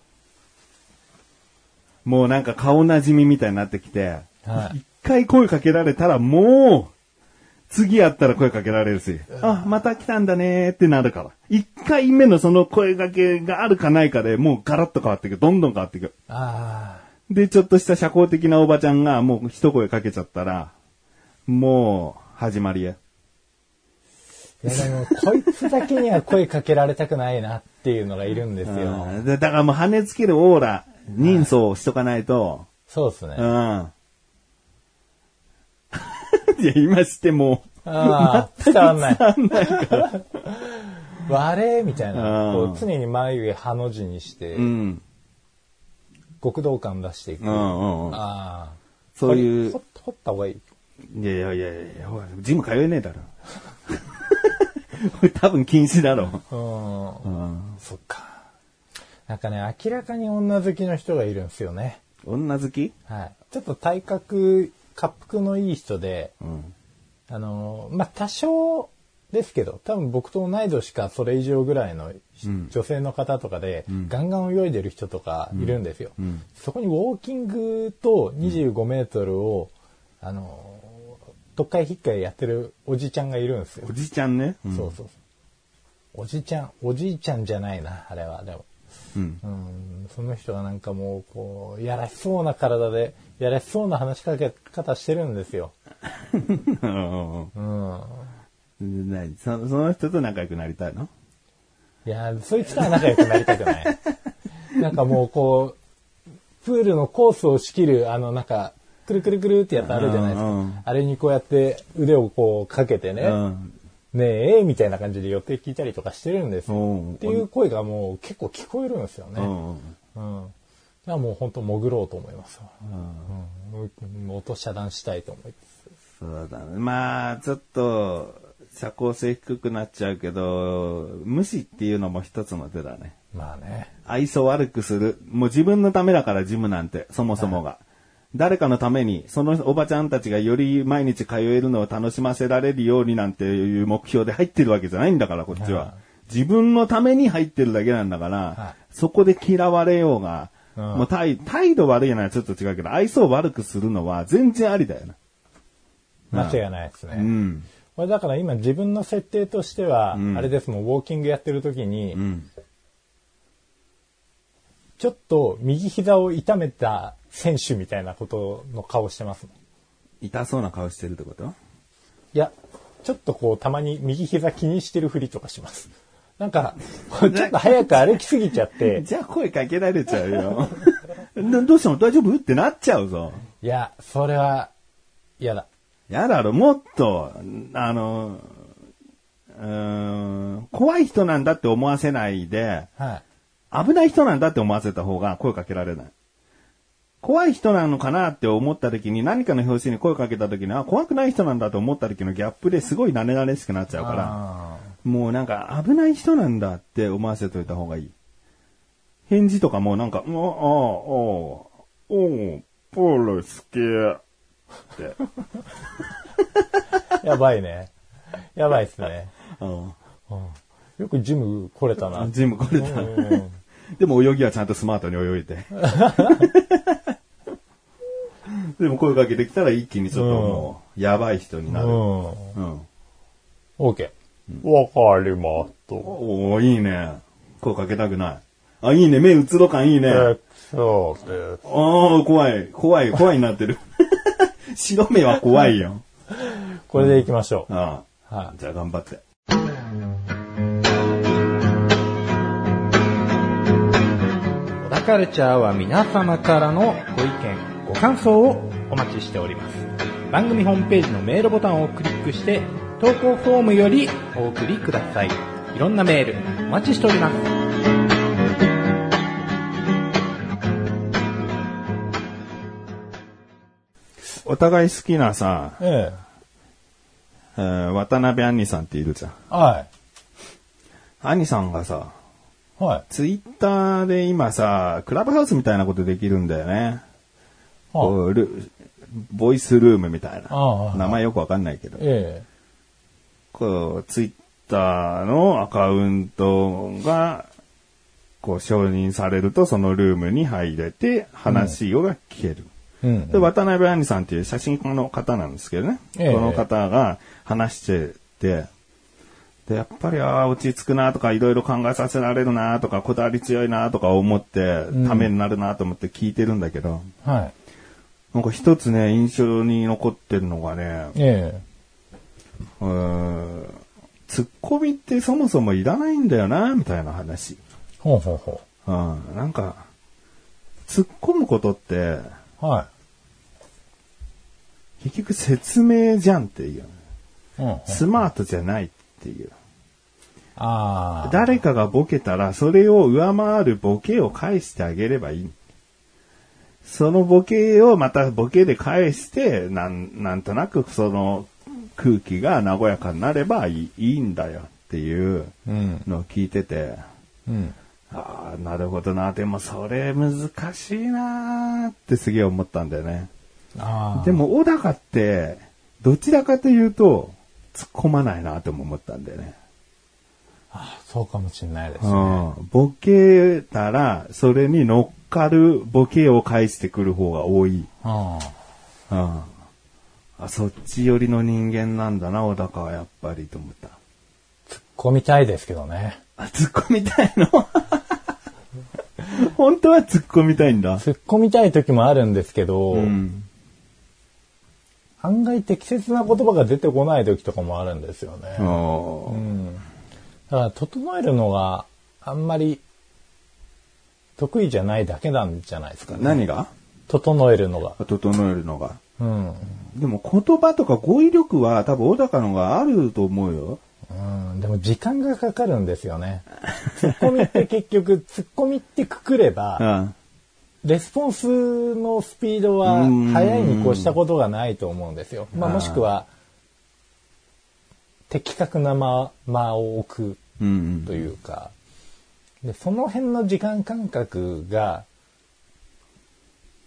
Speaker 2: もうなんか顔なじみみたいになってきて、
Speaker 1: はい
Speaker 2: 一回声かけられたらもう、次やったら声かけられるし、あ、また来たんだねーってなるから。一回目のその声かけがあるかないかでもうガラッと変わっていく。どんどん変わっていく。
Speaker 1: あ
Speaker 2: で、ちょっとした社交的なおばちゃんがもう一声かけちゃったら、もう、始まりや。
Speaker 1: あ。いやでも、こいつだけには声かけられたくないなっていうのがいるんですよ。
Speaker 2: うんだだからもう跳ねつけるオーラ、人相をしとかないと、
Speaker 1: そうですね。
Speaker 2: うん。 いや、今しても、
Speaker 1: ああ、伝わ んない。割れみたい
Speaker 2: うん
Speaker 1: な。こう常に眉毛ハの字にして
Speaker 2: う、ん。
Speaker 1: 極道感出していく。
Speaker 2: う
Speaker 1: あ
Speaker 2: んうんうん。
Speaker 1: あ。
Speaker 2: そういう
Speaker 1: 掘、掘った方がいい。
Speaker 2: いやいやいやいや、ほらジム通えねえだろ。 これ多分禁止だろ。
Speaker 1: うん。
Speaker 2: うん。
Speaker 1: そっか。なんかね、明らかに女好きの人がいるんですよね。
Speaker 2: 女好き
Speaker 1: はい。ちょっと体格、滑覆のいい人で、
Speaker 2: うん。
Speaker 1: あのー、まあ、多少ですけど、多分僕と同い年かそれ以上ぐらいの女性の方とかで、ガンガン泳いでる人とかいるんですよ。そこにウォーキングと25メートルを、あのー、とっかいひっかいやってるおじちゃんがいるんですよ
Speaker 2: お。じちゃんね。うん
Speaker 1: そうそうそう。おじちゃん、おじいちゃんじゃないな、あれは。でも、
Speaker 2: うん。
Speaker 1: うん、その人がなんかもう、こう、やらしそうな体で、やらしそうな話しかけ方してるんですよ。
Speaker 2: うん
Speaker 1: うん。
Speaker 2: うん何そその人と仲良くなりたいの
Speaker 1: いやー、そいつとは仲良くなりたくない。なんかもう、こう、プールのコースを仕切る、あの、なんか、くるくるくるってやつあるじゃないです
Speaker 2: うんう
Speaker 1: か
Speaker 2: ん。
Speaker 1: あれにこうやって腕をこうかけてね、
Speaker 2: うん。
Speaker 1: ねえ、みたいな感じで寄って聞いたりとかしてるんです
Speaker 2: う
Speaker 1: よ
Speaker 2: ん。
Speaker 1: っていう声がもう結構聞こえるんですよ
Speaker 2: う
Speaker 1: ね。
Speaker 2: んうん。
Speaker 1: うん。だからもう本当潜ろうと思います。うん。もう音遮断したいと思います。
Speaker 2: そうだね。まあ、ちょっと、社交性低くなっちゃうけど、無視っていうのも一つの手だね。
Speaker 1: まあね。
Speaker 2: 愛想悪くする。もう自分のためだから、ジムなんて、そもそもが。誰かのために、そのおばちゃんたちがより毎日通えるのを楽しませられるようになんていう目標で入ってるわけじゃないんだから、こっち
Speaker 1: は
Speaker 2: は。自分のために入ってるだけなんだか
Speaker 1: は
Speaker 2: ら、そこで嫌われようが、
Speaker 1: うん
Speaker 2: もう態態度悪いのはちょっと違うけど、愛想悪くするのは全然ありだよな。
Speaker 1: 間違いないです
Speaker 2: う
Speaker 1: ね。
Speaker 2: ん。
Speaker 1: これだから今自分の設定としては、
Speaker 2: うん
Speaker 1: あれですもん、ウォーキングやってる時に、
Speaker 2: うん。
Speaker 1: ちょっと右膝を痛めた選手みたいなことの顔してますもん。
Speaker 2: 痛そうな顔してるってこと
Speaker 1: いや、ちょっとこう、たまに右膝気にしてるふりとかします。なんか、ちょっと早く歩きすぎちゃって、
Speaker 2: じゃあ声かけられちゃうよ。 どどうしたの大丈夫ってなっちゃうぞ。
Speaker 1: いや、それは、嫌だ。
Speaker 2: やだろ、もっと、あの、うーん、怖い人なんだって思わせないで、
Speaker 1: はい。
Speaker 2: 危ない人なんだって思わせた方が声かけられない。怖い人なのかなって思った時に何かの表紙に声かけた時に、あ、怖くない人なんだと思った時のギャップですごい慣れ慣れしくなっちゃうから、
Speaker 1: あ
Speaker 2: もうなんか危ない人なんだって思わせといた方がいい。返事とかもなんか、うんああ、ああ、おう、ポール好きって。
Speaker 1: ーやばいね。やばいですね。
Speaker 2: うん
Speaker 1: よくジム来れたな。
Speaker 2: ジム来れた。
Speaker 1: うん
Speaker 2: でも泳ぎはちゃんとスマートに泳い で。でも声かけてきたら一気にちょっともう、やばい人に
Speaker 1: う
Speaker 2: なる。
Speaker 1: ん。
Speaker 2: うん。
Speaker 1: OK。わかりました。
Speaker 2: おおいいね。声かけたくない。あ、いいね。目うつろ感いいね。あ
Speaker 1: そうです。
Speaker 2: あ、怖い。怖い。怖いになってる。 白目は怖いよ。
Speaker 1: これで行きましょう。
Speaker 2: ああ
Speaker 1: は
Speaker 2: じゃあ頑張って。
Speaker 3: 小田カルチャーは皆様からのご意見、ご感想をお待ちしております。番組ホームページのメールボタンをクリックして、投稿フォームよりお送りください。いろんなメール、お待ちしております。
Speaker 2: お互い好きなさ、
Speaker 1: い。え
Speaker 2: えー渡辺杏里さんっているじゃん。
Speaker 1: え。は
Speaker 2: 杏里さんがさ、
Speaker 1: い。はい。
Speaker 2: ツイッターで今さ、クラブハウスみたいなことできるんだよね。
Speaker 1: は
Speaker 2: こうルボイスルームみたい
Speaker 1: あ
Speaker 2: な
Speaker 1: あ。
Speaker 2: 名前よくわかんないけど。
Speaker 1: え
Speaker 2: こう、ツイッターのアカウントが、こう、承認されると、そのルームに入れて、話をが聞ける。
Speaker 1: え。うん
Speaker 2: で、。渡辺杏里さんっていう写真家の方なんですけどね。
Speaker 1: ええ
Speaker 2: この方が話してて、で、やっぱり、ああ、落ち着くなとか、いろいろ考えさせられるなとか、こだわり強いなとか思って、ためになるなと思って聞いてるんだけど、
Speaker 1: はい。
Speaker 2: なんか一つね、印象に残ってるのがね、
Speaker 1: ええ。
Speaker 2: うーんツッコミってそもそもいらないんだよな、みたいな話。
Speaker 1: ほうほうほ
Speaker 2: うん、なんか、突っ込むことって、
Speaker 1: う。は
Speaker 2: 結局説明じゃんっていう。
Speaker 1: い。うん、うん。
Speaker 2: スマートじゃないっていう。
Speaker 1: ああ。
Speaker 2: 誰かがボケたら、それを上回るボケを返してあげればいい。そのボケをまたボケで返して、なん、なんとなくその空気が和やかになればいいいいんだよっていう
Speaker 1: うん。
Speaker 2: のを聞いてて、
Speaker 1: うん。
Speaker 2: ああ、なるほどな。でもそれ難しいなーってすげえ思ったんだよね。
Speaker 1: ああ。
Speaker 2: で、も小高って、どちらかというと、突っ込まないなとも思ったんだよね。
Speaker 1: そうかもしれないですね。
Speaker 2: うんボケたら、それに乗っかるボケを返してくる方が多い。
Speaker 1: うん。
Speaker 2: うんあ、そっち寄りの人間なんだな、小高はやっぱりと思った。
Speaker 1: こう見たいですけどね。
Speaker 2: あ、突っ込みたいの 本当は突っ込みたいんだ。
Speaker 1: 突っ込みたい時もあるんですけど、
Speaker 2: うん。
Speaker 1: 案外適切な言葉が出てこない時とかもあるんですよね。
Speaker 2: あー
Speaker 1: だから、整えるのがあんまり得意じゃないだけなんじゃないですかね。
Speaker 2: 何が
Speaker 1: 整えるのが。
Speaker 2: 整えるのが。
Speaker 1: うん。
Speaker 2: でも言葉とか語彙力は多分小高の方があると思うよ。
Speaker 1: うん、でも時間がかかるんですよね。ツッコミって結局、 ツッコミってくくれば、
Speaker 2: ん。
Speaker 1: レスポンスのスピードは
Speaker 2: うん
Speaker 1: 速いに越したことがないと思うんですよ。まあ、
Speaker 2: あー
Speaker 1: もしくは、的確な間間を置
Speaker 2: う
Speaker 1: く
Speaker 2: ん、うん
Speaker 1: と。いうか、でその辺の時間感覚が、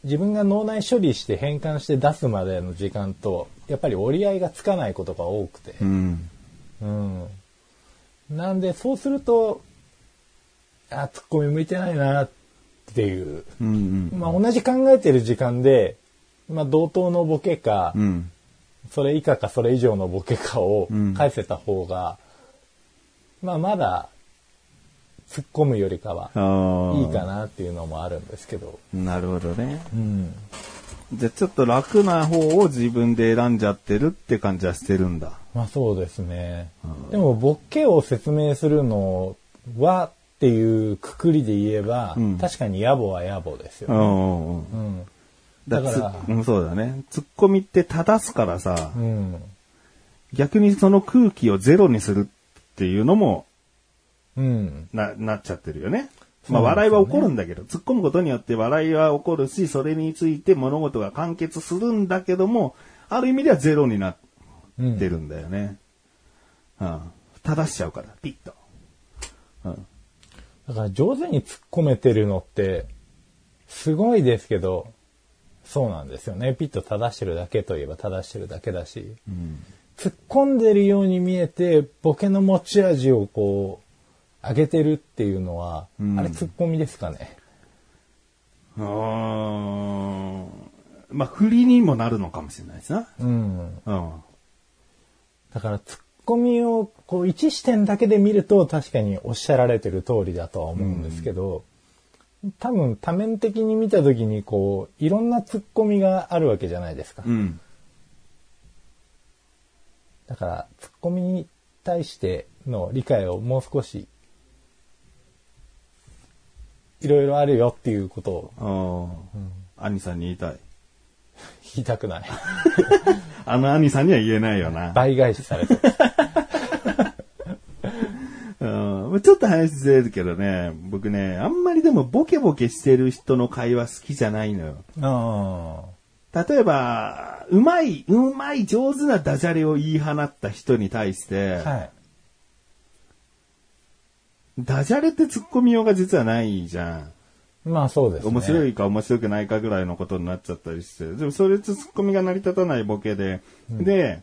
Speaker 1: 自分が脳内処理して変換して出すまでの時間と、やっぱり折り合いがつかないことが多くて、
Speaker 2: うん。
Speaker 1: うん。なんで、そうすると、あ、ツッコミ向いてないなっていう。
Speaker 2: うん。うん。
Speaker 1: まあ、同じ考えてる時間で、まあ、同等のボケか、
Speaker 2: うん。
Speaker 1: それ以下かそれ以上のボケかを
Speaker 2: うん
Speaker 1: 返せた方が、まあ、まだ、突っ込むよりかは、
Speaker 2: ああ。
Speaker 1: いいかなっていうのもあるんですけど。
Speaker 2: なるほどね。
Speaker 1: うん。
Speaker 2: じゃあちょっと楽な方を自分で選んじゃってるって感じはしてるんだ。
Speaker 1: まあそうですね。でも、ボケを説明するのはっていうくくりで言えば、
Speaker 2: うん
Speaker 1: 確かに野暮は野暮です
Speaker 2: う
Speaker 1: よ。
Speaker 2: んうんう。
Speaker 1: うんん。
Speaker 2: だ
Speaker 1: だから
Speaker 2: つうんそうだね。ツッコミって正すからさ
Speaker 1: う、ん。
Speaker 2: 逆にその空気をゼロにするっていうのも
Speaker 1: うん。
Speaker 2: な、なっちゃってるよね。
Speaker 1: そう
Speaker 2: ま
Speaker 1: な
Speaker 2: あ
Speaker 1: んですよね
Speaker 2: 笑いは起こるんだけど、突っ込むことによって笑いは起こるし、それについて物事が完結するんだけども、ある意味ではゼロになってるんだよね。うん。正しちゃうから、ピッと。うん。
Speaker 1: だから上手に突っ込めてるのって、すごいですけど、そうなんですよね。ピッと正してるだけといえば正してるだけだし、突っ込んでるように見えて、ボケの持ち味をこう、上げてるっていうのは、
Speaker 2: うん
Speaker 1: あれ突っ込みですかね。
Speaker 2: うーん。まあ、振りにもなるのかもしれないですな。
Speaker 1: うん。
Speaker 2: うん。
Speaker 1: だから、ツッコミを、こう、一視点だけで見ると、確かにおっしゃられてる通りだとは思うんですけど、多分、多面的に見たときに、こう、いろんなツッコミがあるわけじゃないですか。
Speaker 2: うん。
Speaker 1: だから、ツッコミに対しての理解をもう少し、いろいろあるよっていうことを
Speaker 2: あー兄さんに言いたい。
Speaker 1: 言いたくない。
Speaker 2: あの兄さんには言えないよな。
Speaker 1: 倍返しされてる。
Speaker 2: うん。ちょっと話ずれるけどね、僕ね、あんまりでもボケボケしてる人の会話好きじゃないのよ。
Speaker 1: あ
Speaker 2: 例えば、うまい、うまい上手なダジャレを言い放った人に対して、
Speaker 1: あ。はい。
Speaker 2: ダジャレって突っ込みようが実はないじゃん。
Speaker 1: まあ、そうですね。
Speaker 2: 面白
Speaker 1: い。
Speaker 2: いか面白くないかぐらいのことになっちゃったりして、でもそれツッコミが成り立たないボケで、で、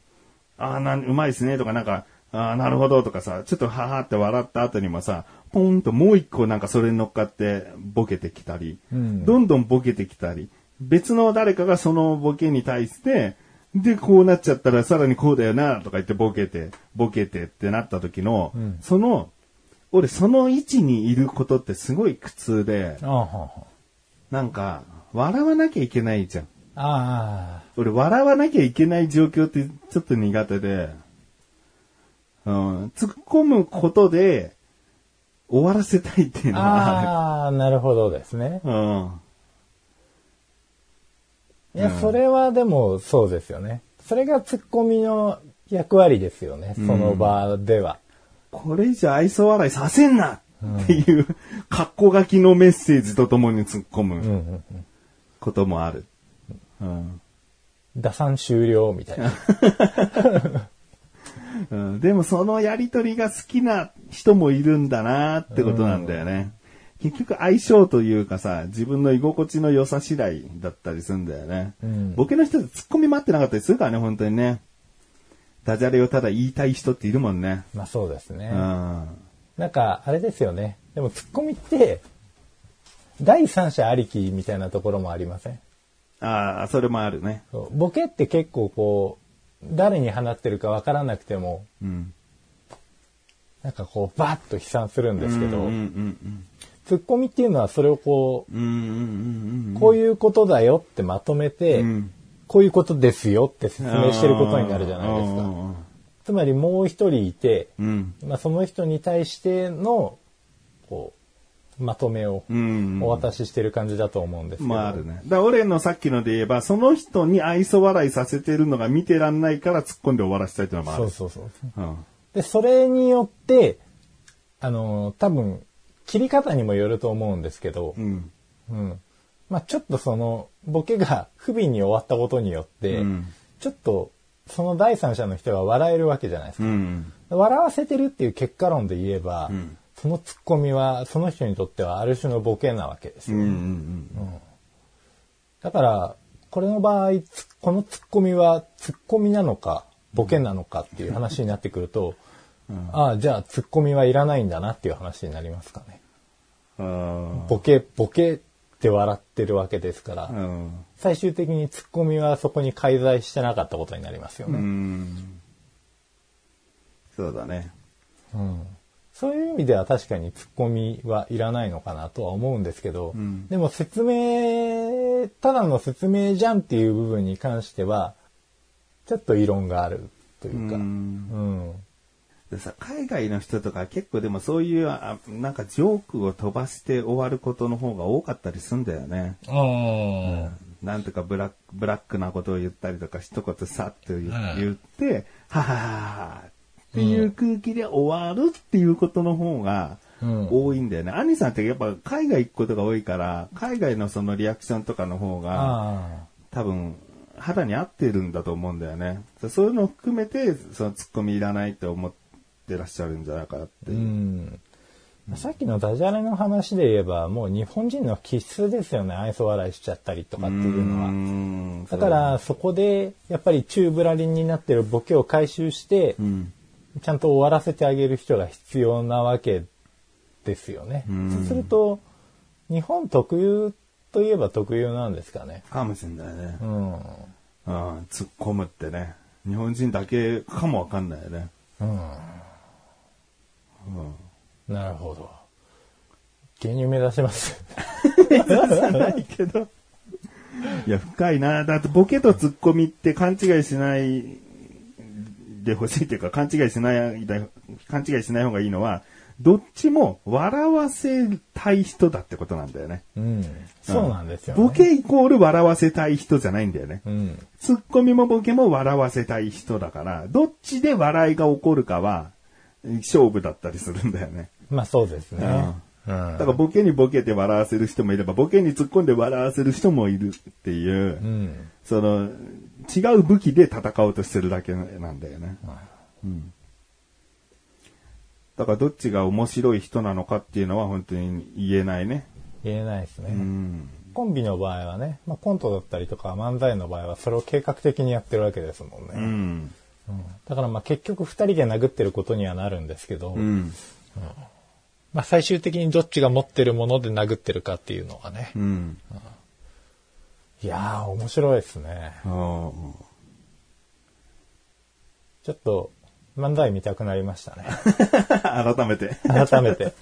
Speaker 2: ああ、なん、うまいですねとかなんか、ああ、なるほどとかさ、ちょっとははって笑った後にもさ、ポンともう一個なんかそれに乗っかってボケてきたり、
Speaker 1: うん
Speaker 2: どんどんボケてきたり、別の誰かがそのボケに対して、で、こうなっちゃったらさらにこうだよなとか言ってボケて、ボケてってなった時の、
Speaker 1: ん
Speaker 2: その、俺その位置にいることってすごい苦痛で、
Speaker 1: ああ、はあはあ
Speaker 2: なんか、笑わなきゃいけないじゃん。
Speaker 1: ああ。
Speaker 2: 俺、笑わなきゃいけない状況ってちょっと苦手で、ううん、突っ込むことで終わらせたいっていうのはあ
Speaker 1: ああ、なるほどですね。
Speaker 2: る。うん。
Speaker 1: いや、それはでもそうですよね。それがツッコミの役割ですよね、その場では。
Speaker 2: これ以上愛想笑いさせんなっていう、格好書きのメッセージとともに突っ込
Speaker 1: うんう
Speaker 2: む
Speaker 1: ん
Speaker 2: こともある。うん
Speaker 1: うん。打算終了みたいな。
Speaker 2: うん、でもそのやりとりが好きな人もいるんだなってことなんだよね。結局相性というかさ、自分の居心地の良さ次第だったりするんだよね。
Speaker 1: うん
Speaker 2: ボケの人って突っ込み待ってなかったりするからね、本当にね。ダジャレをただ言いたい人っているもんね。
Speaker 1: まあそうですね
Speaker 2: う。ん。
Speaker 1: なんか、あれですよね。でもツッコミって、第三者ありきみたいなところもありません
Speaker 2: ああ、それもあるね。
Speaker 1: そうボケって結構こう、誰に放ってるかわからなくても、
Speaker 2: うん。
Speaker 1: なんかこう、バッと飛散するんですけ
Speaker 2: うん
Speaker 1: ど
Speaker 2: うん、うん
Speaker 1: ツッコミっていうのはそれをこ
Speaker 2: うん。うんうんうんう
Speaker 1: う、
Speaker 2: ん。
Speaker 1: こういうことだよってまとめて、
Speaker 2: うん
Speaker 1: こういうことですよって説明してることになるじゃないです
Speaker 2: う
Speaker 1: か。
Speaker 2: んうん
Speaker 1: つまりもう一人いて、
Speaker 2: うん。
Speaker 1: まあ、その人に対しての、こう、まとめを
Speaker 2: うん。
Speaker 1: お渡ししてる感じだと思うんですけど。
Speaker 2: まああるね。だから俺のさっきので言えば、その人に愛想笑いさせてるのが見てらんないから突っ込んで終わらせたいっていうのもある。
Speaker 1: そうそうそう。
Speaker 2: うん
Speaker 1: で、それによって、あのー、多分、切り方にもよると思うんですけど
Speaker 2: う、ん。
Speaker 1: うん。まあちょっとその、ボケが不憫に終わったことによって、
Speaker 2: うん
Speaker 1: ちょっと、その第三者の人が笑えるわけじゃないですか
Speaker 2: う。ん。
Speaker 1: 笑わせてるっていう結果論で言えば、
Speaker 2: ん
Speaker 1: そのツッコミはその人にとってはある種のボケなわけです
Speaker 2: うんう
Speaker 1: よ、
Speaker 2: んうん。
Speaker 1: だからこれの場合ツッこのツッコミはツッコミなのかボケなのかっていう話になってくると、ああじゃあツッコミはいらないんだなっていう話になりますかね
Speaker 2: あ
Speaker 1: ボケボケって笑ってるわけですから、
Speaker 2: あ。うん。
Speaker 1: 最終的にツッコミはそこに介在してなかったことになりますよ
Speaker 2: う
Speaker 1: ね、
Speaker 2: ん。そうだね。
Speaker 1: そういう意味では確かにツッコミはいらないのかなとは思うんですけど、でも説明、ただの説明じゃんっていう部分に関しては、ちょっと異論があるというか、
Speaker 2: う
Speaker 1: うん。
Speaker 2: でさ、海外の人とか結構でもそういう、あなんかジョークを飛ばして終わることの方が多かったりすんだよね。
Speaker 1: うん。
Speaker 2: なんとかブラック、ブラックなことを言ったりとか、一言さっと言言って、はははっていう空気で終わるっていうことの方が
Speaker 1: うん
Speaker 2: 多いんだよね。アニさんってやっぱ海外行くことが多いから、海外のそのリアクションとかの方が
Speaker 1: あ
Speaker 2: 多分肌に合ってるんだと思うんだよね。そういうのを含めて、そのツッコミいらないって思ってらっしゃるんじゃないかなって
Speaker 1: ー
Speaker 2: いうう。
Speaker 1: ん。さっきのダジャレの話で言えば、もう日本人の気質ですよね、愛想笑いしちゃったりとかっていうのは。
Speaker 2: ん
Speaker 1: だから、そこで、やっぱり宙ぶらりんになってるボケを回収して、
Speaker 2: うん。
Speaker 1: ちゃんと終わらせてあげる人が必要なわけですよね。
Speaker 2: ん
Speaker 1: そうすると、日本特有といえば特有なんですかね。
Speaker 2: かもしれないね
Speaker 1: う。ん。うん。
Speaker 2: うん、突っ込むってね。日本人だけかもわかんないよね。
Speaker 1: なるほど。芸人目指します。
Speaker 2: ないけど。いや、深いな。だってボケとツッコミって勘違いしないでほしいっていうか、勘違いしない、勘違いしない方がいいのは、どっちも笑わせたい人だってことなんだよね。
Speaker 1: うん。そうなんですよ、ね。
Speaker 2: ボケイコール笑わせたい人じゃないんだよね。
Speaker 1: うん。
Speaker 2: ツッコミもボケも笑わせたい人だから、どっちで笑いが起こるかは、勝負だったりするんだよね。
Speaker 1: まあそうですね。う
Speaker 2: だ
Speaker 1: ん。
Speaker 2: からボケにボケて笑わせる人もいれば、ボケに突っ込んで笑わせる人もいるっていう、
Speaker 1: うん。
Speaker 2: その、違う武器で戦おうとしてるだけなんだよね。うんだからどっちが面白い人なのかっていうのは本当に言えないね。
Speaker 1: 言えないですね。
Speaker 2: うん。
Speaker 1: コンビの場合はね、まあ、コントだったりとか漫才の場合はそれを計画的にやってるわけですもんね。
Speaker 2: うん。
Speaker 1: だからまあ結局二人で殴ってることにはなるんですけど、
Speaker 2: うん。
Speaker 1: まあ最終的にどっちが持ってるもので殴ってるかっていうのがね。
Speaker 2: うん。
Speaker 1: いやー、面白いですね。
Speaker 2: ああ
Speaker 1: ちょっと漫才見たくなりましたね。
Speaker 2: 改めて。
Speaker 1: 改めて。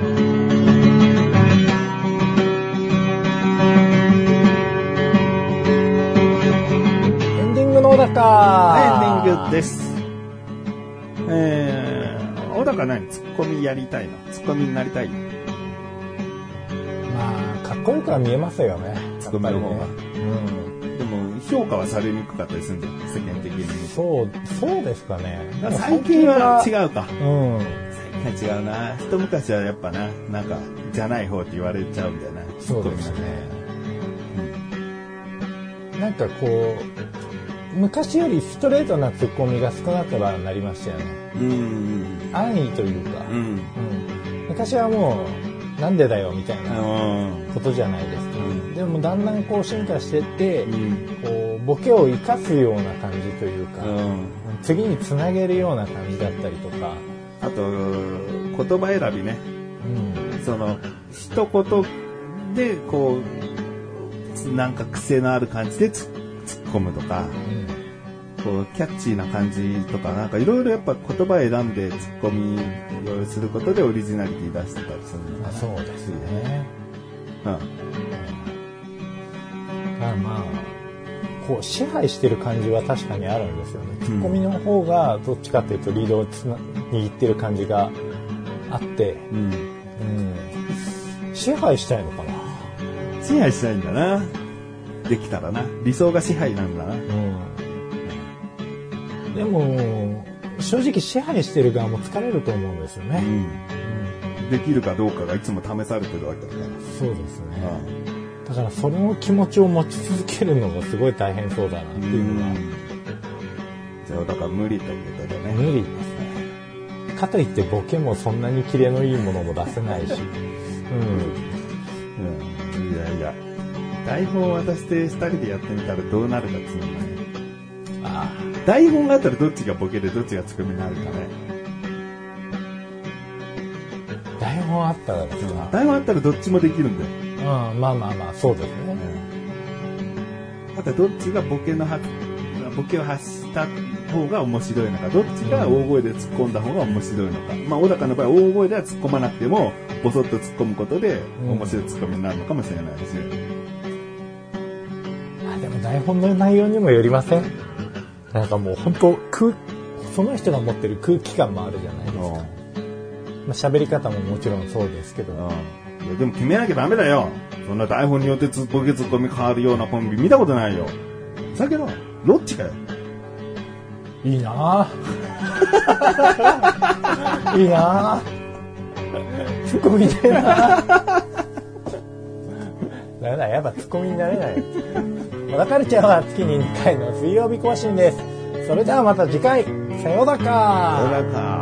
Speaker 1: エンディングのおだか
Speaker 2: エンディングです。えー、小高何ツッコミやりたいのツッコミになりたいの
Speaker 1: まあ、かっこよくは見えますよね。
Speaker 2: ツッコミの方が
Speaker 1: やっぱりねうん。
Speaker 2: でも、評価はされにくかったりするんだよ、世間的に。
Speaker 1: そう、そうですかね。
Speaker 2: 最近は違うか。
Speaker 1: うん。
Speaker 2: 最近は違うな。一昔はやっぱな、なんか、じゃない方って言われちゃうんだよな。
Speaker 1: そうですね。なんかこう、昔よりストレートなツッコミが少なくはなりましたよね。
Speaker 2: ツッコミがね。うん。
Speaker 1: 安易というか。
Speaker 2: うん。
Speaker 1: うん昔はもう、なんでだよみたいなことじゃないですか。
Speaker 2: うん
Speaker 1: でもだんだんこう進化してって、
Speaker 2: うん。
Speaker 1: こうボケを生かすような感じというか、
Speaker 2: うん。
Speaker 1: 次につなげるような感じだったりとか、
Speaker 2: あと、言葉選びね。
Speaker 1: うん、
Speaker 2: その、一言で、こう、なんか癖のある感じでつ突っ込むとか、こう、キャッチーな感じとか、なんかいろいろやっぱ言葉選んで突っ込み、いろいろすることでオリジナリティ出してたりするの
Speaker 1: ま
Speaker 2: か
Speaker 1: あ
Speaker 2: な
Speaker 1: そうですね。
Speaker 2: うん。
Speaker 1: だからまあ、こう支配してる感じは確かにあるんですよね。ツッコミの方がどっちかっていうとリードをつな握ってる感じがあって、
Speaker 2: うん。
Speaker 1: うん、支配したいのかな。
Speaker 2: 支配したいんだな。できたらな。理想が支配なんだな。
Speaker 1: うん、でも、正直支配してる側も疲れると思うんですよ
Speaker 2: う
Speaker 1: ね。
Speaker 2: ん。できるかどうかがいつも試されてるわけだから。
Speaker 1: そうですね。
Speaker 2: うん
Speaker 1: だからそれの気持ちを持ち続けるのがすごい大変そうだなっていうのは
Speaker 2: じゃあ、だから無理ということでね。
Speaker 1: 無理ですね。かといってボケもそんなにキレのいいものも出せないし。うん。
Speaker 2: うんいやいや。台本渡して二人でやってみたらどうなるかっつうのがね。
Speaker 1: あ
Speaker 2: 台本があったらどっちがボケでどっちがツッコミになるかね。
Speaker 1: あ、台本あったらですか。
Speaker 2: 台本あったらどっちもできるんだよ。
Speaker 1: うん、まあまあまあ、そうですね。
Speaker 2: あとどっちがボケの発、ボケを発した方が面白いのか、どっちが大声で突っ込んだ方が面白いのか。まあ、小高の場合大声では突っ込まなくても、ボソッと突っ込むことで
Speaker 1: うん
Speaker 2: 面白い突っ込みになるのかもしれないし。
Speaker 1: あ、でも台本の内容にもよりませんなんかもう本当空、その人が持ってる空気感もあるじゃないですか。まあ喋り方ももちろんそうですけど。
Speaker 2: うんいやでも決めなきゃダメだよ。そんな台本によってツッコミツッコミ変わるようなコンビ見たことないよ。だけど、ロッチかよ。
Speaker 1: いいなぁ。いいなぁ。ツッコミでなぁ。だめだ、やっぱツッコミになれない。小田カルチャーは月に1回の水曜日更新です。それではまた次回、さようだか
Speaker 2: 小高。